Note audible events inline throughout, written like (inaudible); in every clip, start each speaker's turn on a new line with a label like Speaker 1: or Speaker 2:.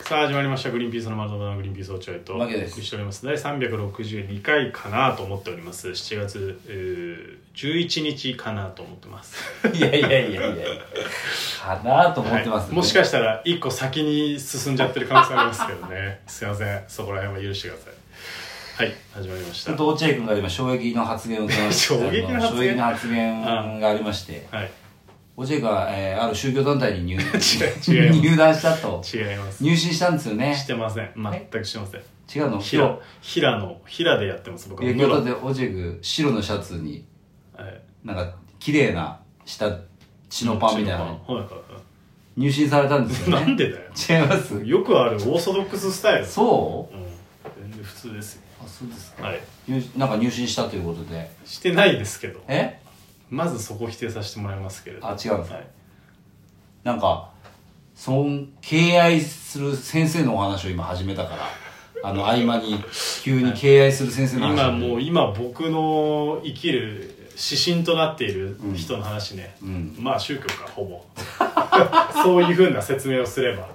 Speaker 1: さあ始まりました「グリーンピースの丸ののグリーンピースおちょい」とお
Speaker 2: マキです
Speaker 1: 送りしております第362回かなと思っております7月えー11日かなと思ってます
Speaker 2: いやいやいやいやかなと思ってます、
Speaker 1: はいもしかしたら一個先に進んじゃってる可能性ありますけどね (laughs) すいませんそこら辺は許してくださいはい始まりまし
Speaker 2: ち
Speaker 1: た
Speaker 2: ょっと落合君が今衝撃の発言を伺いまし
Speaker 1: 衝撃の発言
Speaker 2: あ衝撃の発言がありまして
Speaker 1: はい
Speaker 2: 落合君は、えーある宗教団体に入
Speaker 1: (laughs) 違う違う
Speaker 2: 入団したと
Speaker 1: 違います
Speaker 2: 入信したんですよね
Speaker 1: してません全くしてません
Speaker 2: 違うの
Speaker 1: 平平の平でやってます僕は
Speaker 2: 宗教団体落合君白のシャツに
Speaker 1: はい
Speaker 2: なんか綺麗な下血のパンみたいなの
Speaker 1: 血のパンはいはいはい
Speaker 2: 入信されたんですよ
Speaker 1: な
Speaker 2: ね
Speaker 1: んでだよ
Speaker 2: 違います
Speaker 1: よくあるオーソドックススタイルです
Speaker 2: そう
Speaker 1: うん全然普通ですよ
Speaker 2: あそうですか
Speaker 1: はい
Speaker 2: 入なんか入信したということで
Speaker 1: してないですけど
Speaker 2: え
Speaker 1: まずそこ否定させてもらいますけれど
Speaker 2: あ違うんです
Speaker 1: はい
Speaker 2: なんか尊敬愛する先生のお話を今始めたからあの合間に急に敬愛する先生の話
Speaker 1: 今もう今僕の生きる指針となっている人の話ね、
Speaker 2: うん
Speaker 1: まあ宗教かほぼ (laughs) そういうふうな説明をすれば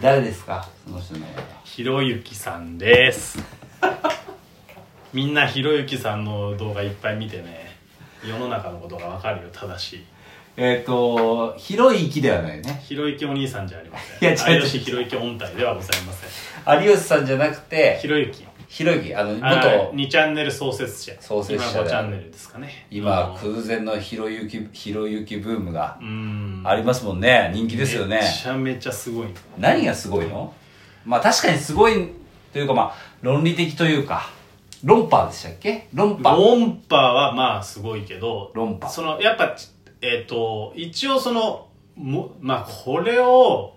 Speaker 2: 誰ですかその人の名前は
Speaker 1: ひろゆきさんですみんなひろゆきさんの動画いっぱい見てね世の中のことがわかるよ正しい
Speaker 2: えっ、と広い域ではないね
Speaker 1: ひろゆきお兄さんじゃありません
Speaker 2: いや違う違う
Speaker 1: 有吉ひろゆき音体ではございません
Speaker 2: 有吉さんじゃなく
Speaker 1: ひ
Speaker 2: て
Speaker 1: ろゆき
Speaker 2: 広い域あの
Speaker 1: あの
Speaker 2: 元
Speaker 1: 2チャンネル創設者
Speaker 2: 創設者
Speaker 1: 今5
Speaker 2: で
Speaker 1: チャンネルですかねう
Speaker 2: 今空前の広ゆき広ゆきブームが
Speaker 1: ん
Speaker 2: ありますもんね人気ですよね
Speaker 1: めちゃめちゃすごい
Speaker 2: 何がすごいのまあ確かにすごいというかまあ論理的というか論破でしたっけ論破
Speaker 1: 論破はまあすごいけど
Speaker 2: 論破
Speaker 1: そのやっぱちえっ、と一応そのもまあこれを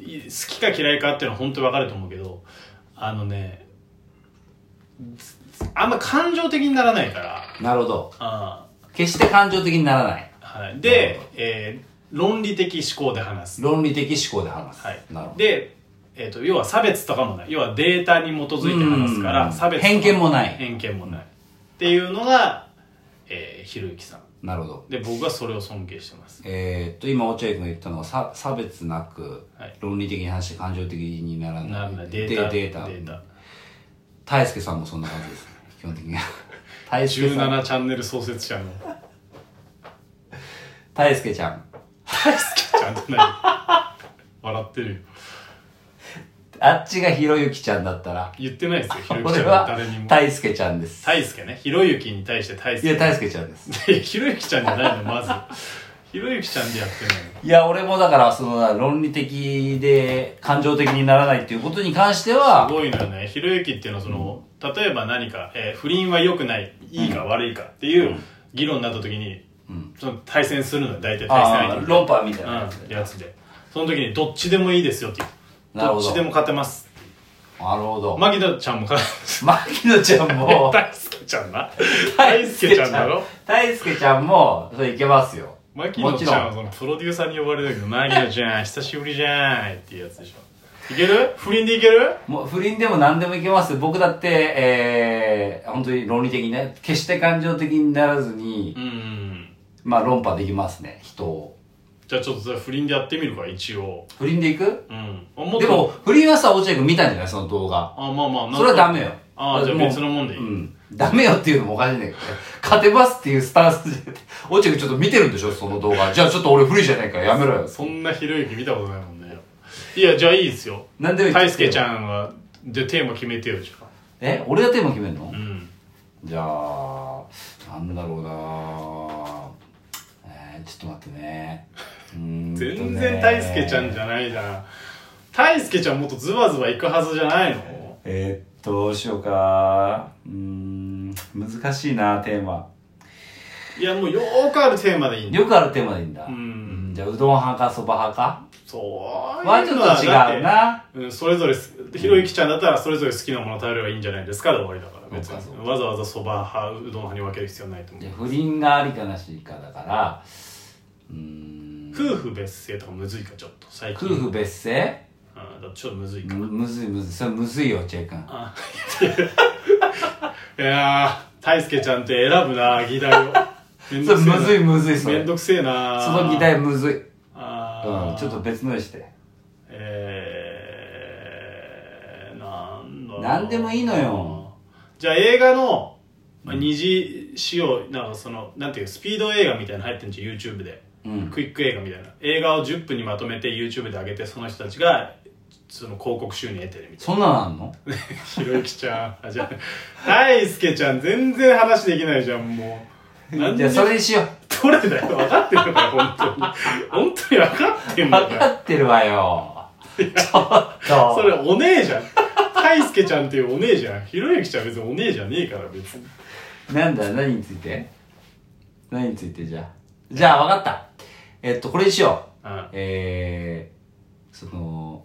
Speaker 1: い好きか嫌いかっていうのは本当に分かると思うけどあのねずあんま感情的にならないから
Speaker 2: なるほど
Speaker 1: あ
Speaker 2: 決して感情的にならない
Speaker 1: ー、はい、
Speaker 2: なる
Speaker 1: で
Speaker 2: ほど、
Speaker 1: えー論理的思考で話す
Speaker 2: 論理的思考で話す、
Speaker 1: はい
Speaker 2: なるほ、ど
Speaker 1: で、えー、と要は差別とかもない要はデータに基づいて話すか
Speaker 2: うん
Speaker 1: ら差別とか
Speaker 2: 偏見もない
Speaker 1: 偏見もないっていうのが、えー、ひろゆきさん
Speaker 2: なるほど
Speaker 1: で僕はそれを尊敬してます
Speaker 2: えー、っと今落合君が言ったのは差差別なく
Speaker 1: はい
Speaker 2: 論理的に話して感情的になら
Speaker 1: な
Speaker 2: ない
Speaker 1: んだ
Speaker 2: で
Speaker 1: データ
Speaker 2: データ
Speaker 1: データ
Speaker 2: 大輔さんもそんな感じですね基本的に
Speaker 1: (laughs)
Speaker 2: は大 (laughs) 輔さん
Speaker 1: 17チャンネル創設者の
Speaker 2: 大輔ちゃん
Speaker 1: 大好きちゃんって何笑ってるよ
Speaker 2: あっちがひろゆきちゃんだったら
Speaker 1: 言ってないですよひろゆきち
Speaker 2: 俺
Speaker 1: ゃんは
Speaker 2: は
Speaker 1: 誰にも
Speaker 2: 大輔ちゃんです
Speaker 1: 大輔ねひろゆきに対して大
Speaker 2: いや
Speaker 1: 輔
Speaker 2: 大輔ちゃんです
Speaker 1: (laughs) ひろゆきちゃんじゃないのまずひろゆきちゃんでやってないの
Speaker 2: いや俺もだからその論理的で感情的にならないっていうことに関しては
Speaker 1: すごいのよねひろゆきっていうのはその、例えば何か、えー不倫は良くないいいか悪いかっていう議論になった時に、その対戦するのよ大体対戦
Speaker 2: あ
Speaker 1: 相手
Speaker 2: ー
Speaker 1: に
Speaker 2: 論破みたいなやつ
Speaker 1: うん
Speaker 2: で
Speaker 1: やつでその時にどっちでもいいですよっていう
Speaker 2: なるほ
Speaker 1: ど
Speaker 2: ど
Speaker 1: っちでも勝てます
Speaker 2: なるほど
Speaker 1: 牧田ちゃんも勝てます
Speaker 2: 牧野ちゃんも
Speaker 1: 大輔ちゃんな (laughs) 大輔ちゃんだろ
Speaker 2: 大輔ちゃんもそれいけますよ
Speaker 1: 牧
Speaker 2: も
Speaker 1: 野ち
Speaker 2: ちろ
Speaker 1: ゃんは
Speaker 2: ん
Speaker 1: そのプロデューサーに呼ばれたけど牧野ちゃん久しぶりじゃんっていうやつでしょいける不倫でいける
Speaker 2: もう不倫でも何でもいけます僕だってえー、本当に論理的にね決して感情的にならずに、
Speaker 1: うん
Speaker 2: まあ論破できますね人を
Speaker 1: じゃあちょっとそれ不倫でやってみるか一応
Speaker 2: 不倫でいく
Speaker 1: うんあもっと
Speaker 2: でも不倫はさ落合君見たんじゃないその動画
Speaker 1: あまあまあなんか
Speaker 2: それはダメよ
Speaker 1: ああじゃあ
Speaker 2: もう
Speaker 1: 別のもんでいい、
Speaker 2: うんダメよっていうのもおかしいんだけどね勝てますっていうスタンスで落合君ちょっと見てるんでしょその動画じゃあちょっと俺不利じゃないからやめろよ
Speaker 1: そんなひろゆき見たことないもんねいやじゃあいいですよ
Speaker 2: 何でもいい
Speaker 1: 大輔ちゃんはでテーマ決めてよじゃ
Speaker 2: え俺がテーマ決めるの、
Speaker 1: あうん
Speaker 2: じゃあ、なんだろうなえー、ちょっと待ってね。うーんとね
Speaker 1: 全然大輔ちゃんじゃないじゃん大輔ちゃんもっとズバズバいくはずじゃないの
Speaker 2: えー、っと、どうしようか。うーん、難しいな、テーマ。
Speaker 1: いやもうよーくあるテーマでいいんだよ
Speaker 2: よくあるテーマでいいんだ。
Speaker 1: うん
Speaker 2: じゃあ、うどん派か、そば派か
Speaker 1: そう
Speaker 2: は
Speaker 1: い
Speaker 2: ちょ
Speaker 1: う
Speaker 2: っ
Speaker 1: のは
Speaker 2: と違
Speaker 1: だ
Speaker 2: う
Speaker 1: って
Speaker 2: な。
Speaker 1: うん、それぞれすひろゆきちゃんだったらそれぞれ好きなものを食べればいいんじゃないですかで終わりだから別
Speaker 2: そうかそう
Speaker 1: にわざわざそば派うどん派に分ける必要ないと思
Speaker 2: じ
Speaker 1: う
Speaker 2: ゃあ不倫がありかなしかだから、うーん、
Speaker 1: 夫婦別姓とかむずいかちょっと最近
Speaker 2: 夫婦別姓
Speaker 1: あだちょっとむずいか、
Speaker 2: むむずいむずい。それむずいよ、チェイ君。
Speaker 1: あいやー大輔ちゃんって選ぶな議題をめん
Speaker 2: (laughs)
Speaker 1: ど
Speaker 2: それ
Speaker 1: くせえな
Speaker 2: むずいむずい、そ
Speaker 1: め
Speaker 2: れ
Speaker 1: ん。どくせえな
Speaker 2: その議題むずい。
Speaker 1: あー
Speaker 2: うん、ちょっと別のにして。
Speaker 1: ええー、なんだろう
Speaker 2: なんでもいいのよ
Speaker 1: じゃあ映画の、まあ、二次使用なんかそのなんていうかスピード映画みたいなの入ってんじゃん YouTube で、
Speaker 2: うん
Speaker 1: クイック映画みたいな映画を10分にまとめて YouTube で上げてその人たちがその広告収入得てるみたい
Speaker 2: そんなのあんの
Speaker 1: なひろゆきちゃんあじゃあ大輔ちゃん全然話できないじゃんもうなん
Speaker 2: じゃ
Speaker 1: で
Speaker 2: あそれにしよう
Speaker 1: どれだよ分かってるのかよ本当に本当に分かってんのか
Speaker 2: 分
Speaker 1: よ
Speaker 2: かってるわよちょっと
Speaker 1: それお姉じゃん大輔ちゃんっていうお姉じゃんひろゆきちゃんは別にお姉じゃねえから別に
Speaker 2: なんだ何について何についてじゃあじゃあ分かったえっとこれにしよう
Speaker 1: うん
Speaker 2: えー、その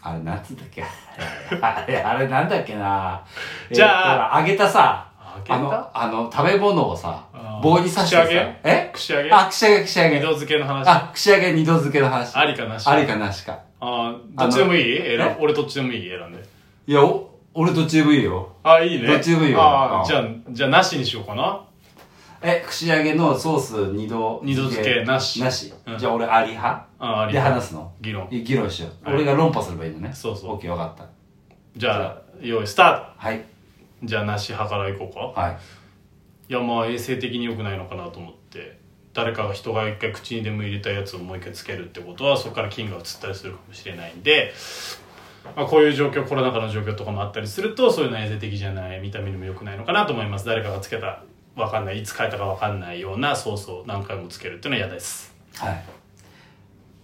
Speaker 2: あれなんつうんだっけあれあれなんだっけな
Speaker 1: じゃ
Speaker 2: あ、えーとほら揚げたさ
Speaker 1: あ揚げた
Speaker 2: あのあの食べ物をさ
Speaker 1: あー
Speaker 2: 棒に刺
Speaker 1: 串
Speaker 2: してさ
Speaker 1: 揚げ
Speaker 2: え
Speaker 1: 串揚げ
Speaker 2: あ串揚げ串揚
Speaker 1: 二
Speaker 2: げ
Speaker 1: 度漬けの話あ
Speaker 2: あ串揚げ二度漬けの話
Speaker 1: りかなし
Speaker 2: ありかなしか
Speaker 1: あーどっちでもいい選
Speaker 2: え
Speaker 1: 俺どっちでもいい選んで
Speaker 2: いやお俺どっちでもいいよ
Speaker 1: あいいね
Speaker 2: どっちでもいいよ
Speaker 1: あー
Speaker 2: うん
Speaker 1: じゃあじゃあなしにしようかな
Speaker 2: え串揚げのソース二度
Speaker 1: 二度漬けなし
Speaker 2: なし、
Speaker 1: うん
Speaker 2: じゃあ俺アリ派
Speaker 1: ああり
Speaker 2: で話すの
Speaker 1: 議論
Speaker 2: い議論しよう、
Speaker 1: はい
Speaker 2: 俺が論破すればいいのね
Speaker 1: そうそう
Speaker 2: オッケー分かった
Speaker 1: じゃあ用意スタート
Speaker 2: はい
Speaker 1: じゃあなし派からいこうか
Speaker 2: はい
Speaker 1: いやまあ衛生的に良くないのかなと思って誰かが人が一回口にでも入れたやつをもう一回つけるってことはそこから菌が移ったりするかもしれないんで、まあ、こういう状況コロナ禍の状況とかもあったりするとそういうのは衛生的じゃない見た目にも良くないのかなと思います誰かがつけたわかんないいつ変えたかわかんないようなソースを何回もつけるっていうのは嫌です
Speaker 2: はい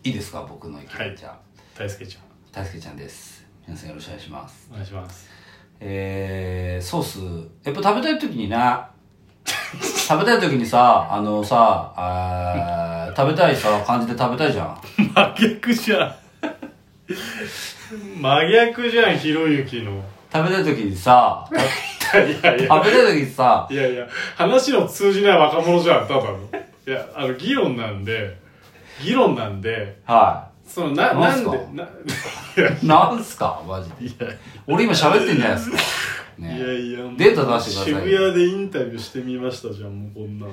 Speaker 2: いいですか僕の意見、
Speaker 1: はい
Speaker 2: じゃあ
Speaker 1: 大輔ちゃん
Speaker 2: 大輔ちゃんです皆さんよろしくお願いします
Speaker 1: お願いします
Speaker 2: えー、ソースやっぱ食べたい時
Speaker 1: (laughs)
Speaker 2: にな食べたい時にさあのさあー食べたいさ感じで食べたいじゃん
Speaker 1: (laughs) 真逆じゃん真逆じゃんひろゆ (laughs) きの
Speaker 2: 食べたい時にさ食
Speaker 1: いやいや
Speaker 2: べたい時にさ
Speaker 1: いやいや、話の通じない若者じゃん、ただの。いや、あの、議論なんで、議論なんで、
Speaker 2: は
Speaker 1: その、な、
Speaker 2: な
Speaker 1: なんん
Speaker 2: す
Speaker 1: で
Speaker 2: か、
Speaker 1: な、
Speaker 2: い。なんすかマジで。
Speaker 1: いや、
Speaker 2: 俺今喋ってんじゃないですか。
Speaker 1: いや
Speaker 2: (laughs) ね
Speaker 1: いや、もう
Speaker 2: データ出してください
Speaker 1: 渋谷でインタビューしてみましたじゃん、もうこんな。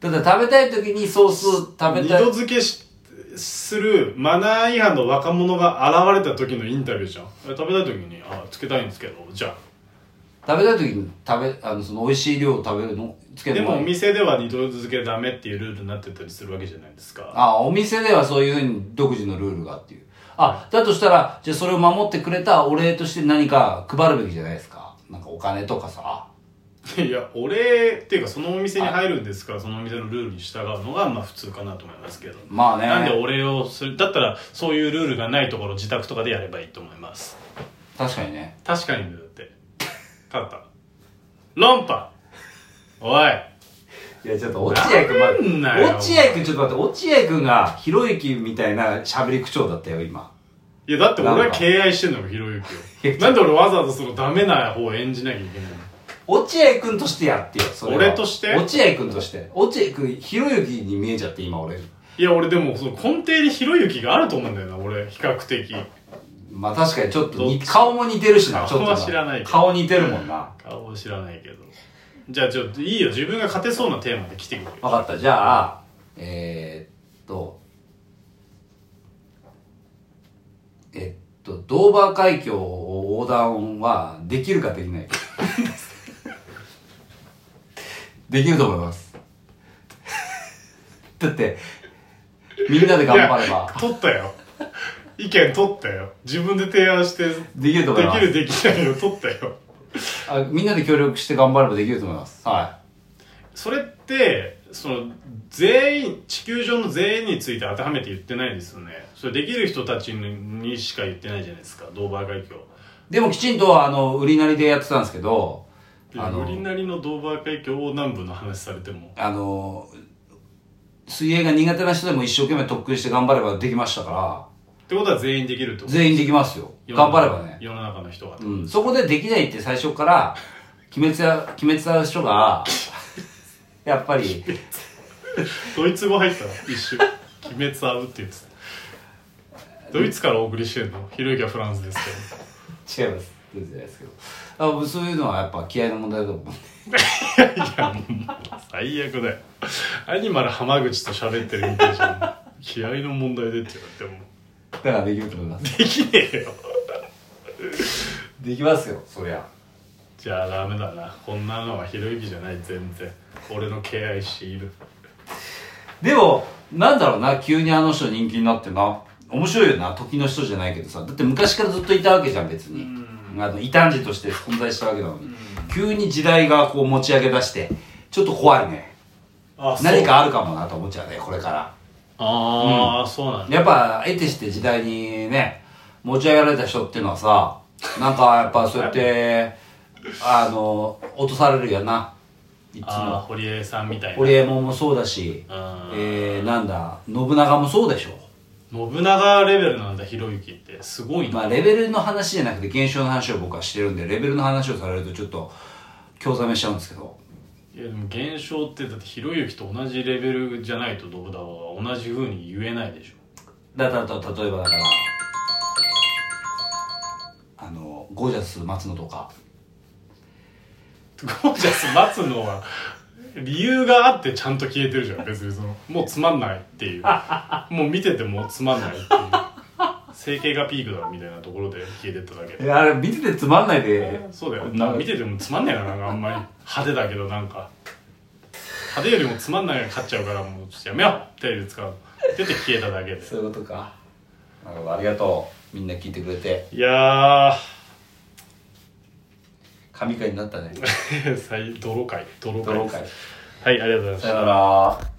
Speaker 2: だって食べたい時にソース食べ
Speaker 1: 二
Speaker 2: たい
Speaker 1: 度。付けし、するマナー違反の若者が現れた時のインタビューじゃん。あれ食べたい時に、あ、つけたいんですけど、じゃ
Speaker 2: 食べたい時に食べ、あの、その美味しい量を食べるの、つ
Speaker 1: あ。
Speaker 2: け
Speaker 1: で
Speaker 2: て
Speaker 1: も、お
Speaker 2: もいい。
Speaker 1: 店では二度付けダメっていうルールになってたりするわけじゃないですか。
Speaker 2: あ、お店ではそういうふうに独自のルールがあっていう。あ、だとしたら、じゃあそれを守ってくれたお礼として何か配るべきじゃないですか。なんかお金とかさ。
Speaker 1: (laughs) いや俺っていうかそのお店に入るんですからそのお店のルールに従うのがまあ普通かなと思いますけど、
Speaker 2: まあね。
Speaker 1: なんで俺をするだったらそういうルールがないところ自宅とかでやればいいと思います
Speaker 2: 確かにね。
Speaker 1: 確かにだって勝った論破おい
Speaker 2: いや、ちょっと落合君ま
Speaker 1: なんだよ
Speaker 2: 落合君ちょっと待って、落合君がひろゆきみたいな喋り口調だったよ、今。
Speaker 1: いやだって俺
Speaker 2: な
Speaker 1: は
Speaker 2: んか
Speaker 1: 敬愛してんのよひろゆ
Speaker 2: い
Speaker 1: き
Speaker 2: や
Speaker 1: をなんで俺わざわざそのダメな方を演じなきゃいけないの
Speaker 2: 落合君としてやってよそれは
Speaker 1: 俺として
Speaker 2: 落合君として落合君ひろゆきに見えちゃって今俺
Speaker 1: いや俺でもその根底にひろゆきがあると思うんだよな俺比較的
Speaker 2: まあ確かにちょっと
Speaker 1: どっ
Speaker 2: に
Speaker 1: ち
Speaker 2: 顔も似てるしなち
Speaker 1: 顔
Speaker 2: ょっと
Speaker 1: は知らないけど
Speaker 2: 顔似てるもんな
Speaker 1: 顔を知らないけどじゃあちょっといいよ自分が勝てそうなテーマで来てくれよ
Speaker 2: 分かったじゃあえー、っとえっとドーバー海峡横断はできるかできないか (laughs) できると思いますだってみんなで頑張れ
Speaker 1: い
Speaker 2: ば
Speaker 1: や取ったよ意見取ったよ自分で提案してで
Speaker 2: できると思います
Speaker 1: きるできないを取ったよ
Speaker 2: あみんなで協力して頑張ればできると思いますは
Speaker 1: それってその全員地球上の全員について当てはめて言ってないですよねそれできる人たちにしか言ってないじゃないですかドーバー海峡
Speaker 2: いでもきちんとあの売りなりでやってたんですけど
Speaker 1: で
Speaker 2: あの
Speaker 1: 無理なりのドーバー海峡を南部の話されても
Speaker 2: あの水泳が苦手な人でも一生懸命特訓して頑張ればできましたか
Speaker 1: ってことは全員できるって
Speaker 2: ら
Speaker 1: こと
Speaker 2: 全員できますよ頑張ればね、
Speaker 1: 世の中の人が、
Speaker 2: うん、そこでできないって最初から決めてた決めてた人がやっぱり
Speaker 1: ドイツ語入ったら一瞬 (laughs) 「鬼滅合う」って言ってたドイツからお送りしてるのひろゆきはフランスですけど
Speaker 2: 違います全然ですけどあそういうのはやっぱ気合の問題だと思うんで
Speaker 1: 最悪だよアニマル浜口と喋ってるみたいじゃん気合の問題でって言われても
Speaker 2: だからできると思います
Speaker 1: できねえよ
Speaker 2: できますよそりゃ
Speaker 1: じゃあダメだなこんなのはひろゆきじゃない全然俺の敬愛している
Speaker 2: でもなんだろうな急にあの人人気になってな面白いよな時の人じゃないけどさだって昔からずっといたわけじゃん別にあの異端児として存在したわけなのに急に時代がこう持ち上げ出してちょっと怖いね
Speaker 1: あ
Speaker 2: 何かあるかもなと思っちゃうねこれから
Speaker 1: ああ、そうなんだ
Speaker 2: やっぱ得てして時代にね持ち上げられた人っていうのはさなんかやっぱそう
Speaker 1: (laughs)
Speaker 2: やってあの落とされるよないつ
Speaker 1: ああ
Speaker 2: も
Speaker 1: 堀江さんみたいな
Speaker 2: 堀江門もそうだし
Speaker 1: うん
Speaker 2: えー、なんだ信長もそうでしょ
Speaker 1: 信長レベルなんだひろゆきってすごいな、
Speaker 2: まあレベルの話じゃなくて現象の話を僕はしてるんでレベルの話をされるとちょっと興ざめしちゃうんですけど
Speaker 1: いやでも現象ってだってひろゆきと同じレベルじゃないと信長は同じふうに言えないでしょ
Speaker 2: だだだ例えばだからあのゴージャス松野とか
Speaker 1: ゴージャス待つのは理由があってちゃんと消えてるじゃん別にそのもうつまんないっていうもう見ててもつまんないっていう整形がピークだみたいなところで消えてっただけ
Speaker 2: いやあれ見ててつまんないで
Speaker 1: そうだよ
Speaker 2: な
Speaker 1: 見ててもつまんないななんかあんまり派手だけどなんか派手よりもつまんないが勝っちゃうからもうちょっとやめようテレビ使うの出て消えただけで
Speaker 2: そういうことかなるほどありがとうみんな聞いてくれて
Speaker 1: いや
Speaker 2: 神回になったね
Speaker 1: ー (laughs) 最泥会泥会
Speaker 2: (laughs) 泥会
Speaker 1: はいありがとうございまし
Speaker 2: さ
Speaker 1: た
Speaker 2: よなら